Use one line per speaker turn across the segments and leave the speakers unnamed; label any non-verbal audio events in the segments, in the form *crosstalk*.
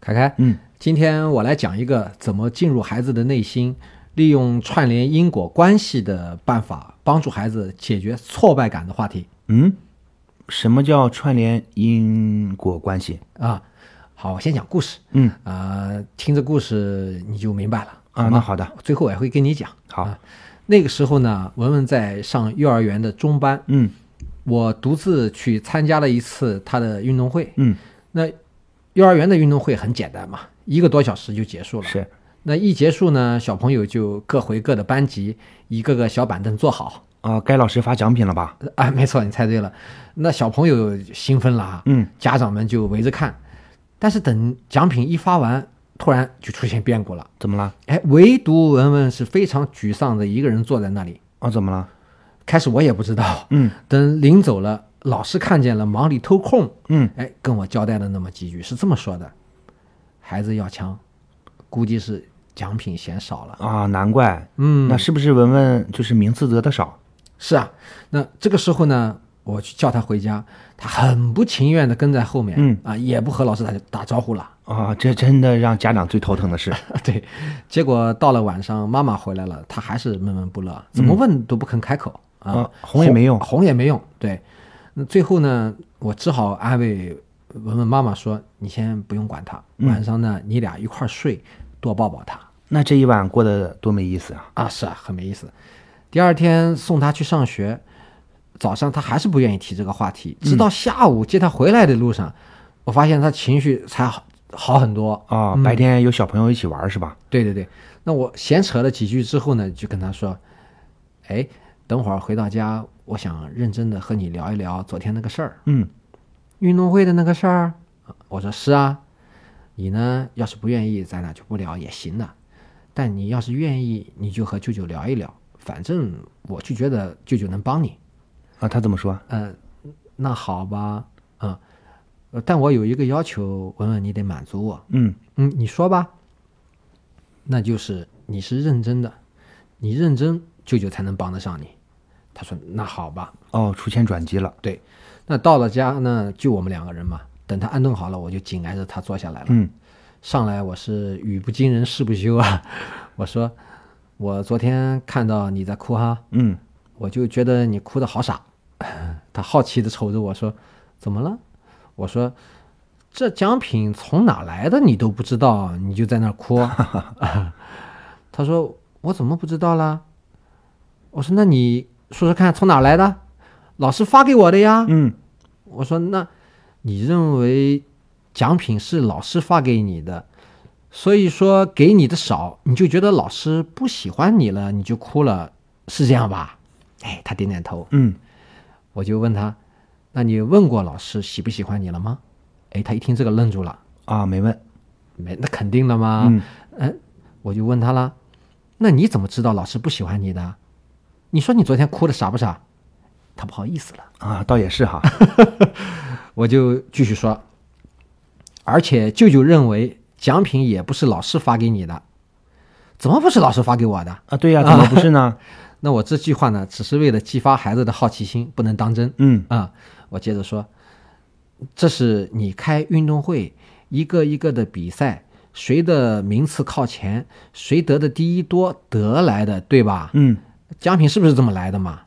凯凯，
嗯，
今天我来讲一个怎么进入孩子的内心，利用串联因果关系的办法，帮助孩子解决挫败感的话题
嗯，什么叫串联因果关系？
啊。好，我先讲故事，
嗯
呃，听着故事你就明白了。
啊，那好的，
最后我也会跟你讲。
好
啊，那个时候呢，文文在上幼儿园的中班，
嗯
我独自去参加了一次他的运动会。
嗯，
那幼儿园的运动会很简单嘛，一个多小时就结束了。
是
那一结束呢，小朋友就各回各的班级，一个个小板凳坐好。
啊，该老师发奖品了吧？
呃啊，没 *laughs* 错，你猜对了。那小朋友兴奋了啊，
嗯，
家长们就围着看。但是等奖品一发完，突然就出现变故了。
怎么了？
哎，唯独文文是非常沮丧的一个人坐在那里。
啊，怎么了？
开始我也不知道，
嗯
等临走了，老师看见了，忙里偷空，
嗯，
哎，跟我交代了那么几句，是这么说的：孩子要强，估计是奖品嫌少了。
啊，难怪，
嗯，
那是不是文文就是名次得的少？
是啊，那这个时候呢，我去叫他回家，他很不情愿的跟在后面，
嗯
啊，也不和老师打打招呼了。
啊，这真的让家长最头疼的事。
对，结果到了晚上，妈妈回来了，他还是闷闷不乐，怎么问都不肯开口、啊
啊，哄也没用
哄也没用。对，那最后呢，我只好安慰文文妈妈说：“你先不用管他，
嗯
晚上呢，你俩一块儿睡，多抱抱他
那这一晚过得多没意思啊！
啊。”是啊，很没意思。第二天送他去上学，早上他还是不愿意提这个话题，直
嗯
到下午接他回来的路上，我发现他情绪才好好很多。
啊，白天有小朋友一起玩是吧？
对对对，那我闲扯了几句之后呢，就跟他说：“哎，等会儿回到家，我想认真的和你聊一聊昨天那个事儿，
嗯
运动会的那个事儿。”我说：“是啊，你呢，要是不愿意，咱俩就不聊也行的。但你要是愿意，你就和舅舅聊一聊，反正我就觉得舅舅能帮你。
啊，他怎么说？
嗯、那好吧，嗯，呃但我有一个要求，文文你得满足我。
嗯
嗯，你说吧。那就是你是认真的，你认真，舅舅才能帮得上你。他说：“那好吧。
哦，出现转机了”。
对，那到了家呢，就我们两个人嘛。等他安顿好了，我就紧挨着他坐下来了。
嗯
上来我是语不惊人誓不休啊， *laughs* 我说：“我昨天看到你在哭哈，
嗯
我就觉得你哭的好傻。” *coughs* 他好奇的瞅着我说：“怎么了？”我说：“这奖品从哪来的你都不知道，你就在那儿哭。”啊 *laughs* 他说：“我怎么不知道啦？”我说：“那你说说看，从哪来的？老师发给我的呀。
嗯
我说：“那你认为奖品是老师发给你的，所以说给你的少，你就觉得老师不喜欢你了，你就哭了，是这样吧？”哎，他点点头。
嗯，
我就问他：“那你问过老师喜不喜欢你了吗？”哎，他一听这个愣住了，
啊，没问。
没，那肯定的嘛。
嗯
嗯，我就问他了：“那你怎么知道老师不喜欢你的？你说你昨天哭的傻不傻？”他不好意思了。
啊，倒也是哈。
我就继续说，而且舅舅认为奖品也不是老师发给你的，怎么不是老师发给我的？
啊，对呀、怎么不是呢？
那我这句话呢，只是为了激发孩子的好奇心，不能当真。
嗯
啊、我接着说，这是你开运动会，一个一个的比赛，谁的名次靠前，谁得的第一多得来的，对吧？
嗯
奖品是不是这么来的嘛？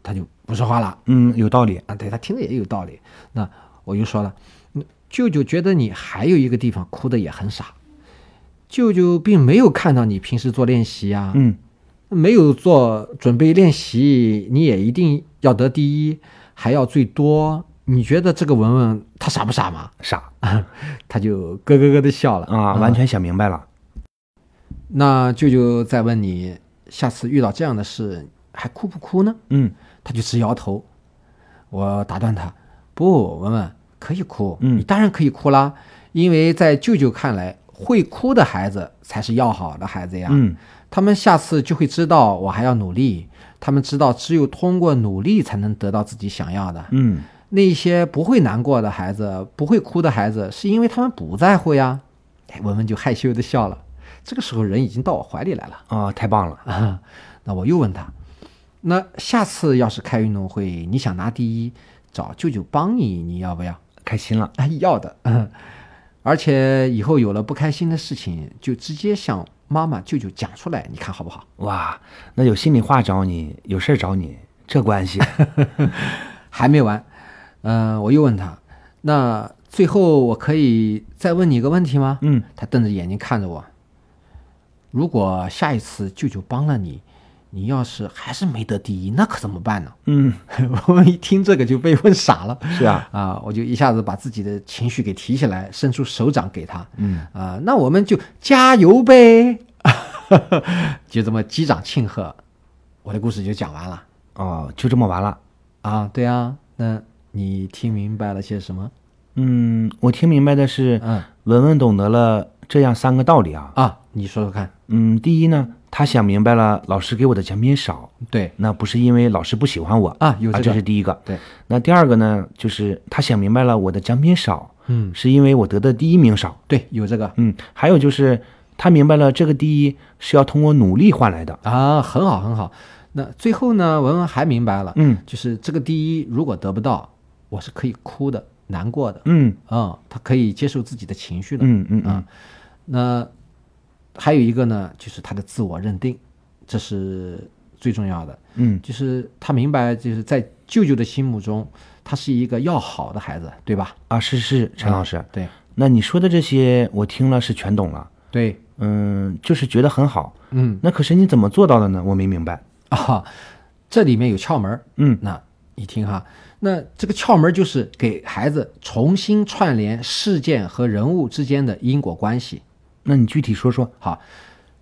他就不说话了。
嗯，有道理。
啊，对他听着也有道理。那我又说了，嗯舅舅觉得你还有一个地方哭的也很傻，舅舅并没有看到你平时做练习啊，
嗯
没有做准备练习，你也一定要得第一，还要最多。你觉得这个文文他傻不傻嘛？
傻
他就咯咯咯的笑了
啊，完全想明白了。
那舅舅再问你，下次遇到这样的事还哭不哭呢？
嗯
他就直摇头。我打断他：“不，文文可以哭，
嗯
你当然可以哭啦，因为在舅舅看来，会哭的孩子才是要好的孩子呀。
嗯
他们下次就会知道我还要努力，他们知道只有通过努力才能得到自己想要的。
嗯
那些不会难过的孩子，不会哭的孩子，是因为他们不在乎呀。”哎，文文就害羞的笑了。这个时候，人已经到我怀里来了。
啊，太棒了。
啊， *laughs* 那我又问他，那下次要是开运动会，你想拿第一，找舅舅帮你，你要不要？ *laughs*
开心了，
啊，要的。嗯 *laughs* 而且以后有了不开心的事情，就直接向妈妈、舅舅讲出来，你看好不好？
哇，那有心里话找你，有事儿找你，这关 *laughs* 系
*laughs* 还没完，嗯、我又问他，那最后我可以再问你一个问题吗？
嗯，
他瞪着眼睛看着我。如果下一次舅舅帮了你，你要是还是没得第一，那可怎么办呢？
嗯，
*laughs* 我一听这个就被问傻了。
是啊，
啊，我就一下子把自己的情绪给提起来，伸出手掌给他。嗯啊，那我们就加油呗， *laughs* 就这么击掌庆贺，我的故事就讲完了。
哦，就这么完了。
啊，对啊，那你听明白了些什么？
嗯，我听明白的是，
嗯
文文懂得了这样三个道理啊。
啊，你说说看。
嗯，第一呢，他想明白了老师给我的奖品少，
对
那不是因为老师不喜欢我
啊有这
这
个
是第一个。
对，
那第二个呢，就是他想明白了我的奖品少，
嗯，
是因为我得的第一名少。
对，有这个
嗯，还有就是他明白了这个第一是要通过努力换来的。
啊，很好很好。那最后呢，文文还明白了，
嗯
就是这个第一，如果得不到，我是可以哭的、难过的，
嗯
嗯，他可以接受自己的情绪的，
嗯嗯嗯
啊，那还有一个呢，就是他的自我认定，这是最重要的。
嗯，
就是他明白，就是在舅舅的心目中，他是一个要好的孩子，对吧？
啊，是是，陈老师，
对
那你说的这些我听了是全懂了，
对，
嗯，就是觉得很好。
嗯
那可是你怎么做到的呢？我没明白。
啊，这里面有窍门儿。
嗯
那你听哈，那这个窍门儿就是给孩子重新串联事件和人物之间的因果关系。
那你具体说说。
好，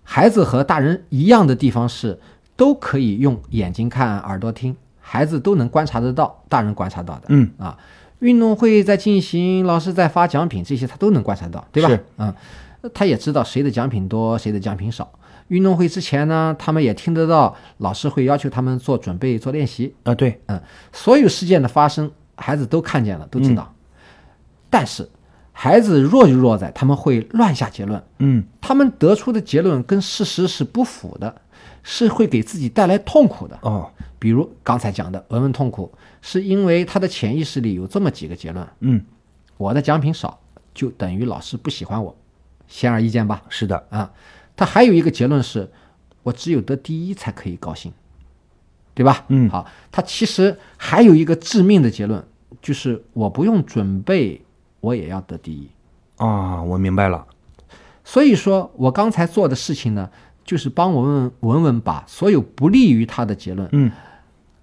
孩子和大人一样的地方是，都可以用眼睛看、耳朵听，孩子都能观察得到，大人观察到的。
嗯
啊，运动会在进行，老师在发奖品，这些他都能观察到，对吧
是？
嗯，他也知道谁的奖品多，谁的奖品少。运动会之前呢，他们也听得到老师会要求他们做准备、做练习。
啊，对，
嗯，所有事件的发生，孩子都看见了，
嗯
都知道。但是，孩子弱就弱在他们会乱下结论，
嗯
他们得出的结论跟事实是不符的，是会给自己带来痛苦的。
哦，
比如刚才讲的文文痛苦，是因为他的潜意识里有这么几个结论：
嗯，
我的奖品少，就等于老师不喜欢我，显而易见吧？
是的，
啊，他还有一个结论是，我只有得第一才可以高兴，对吧？
嗯
好，他其实还有一个致命的结论，就是我不用准备，我也要得第一。
啊，我明白了。
所以说我刚才做的事情呢，就是帮文文文文把所有不利于他的结论，
嗯，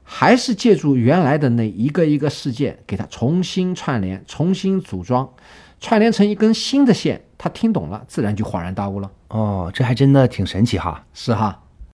还是借助原来的那一个一个事件，给他重新串联、重新组装，串联成一根新的线。他听懂了，自然就恍然大悟了，
哦，这还真的挺神奇哈。
是哈？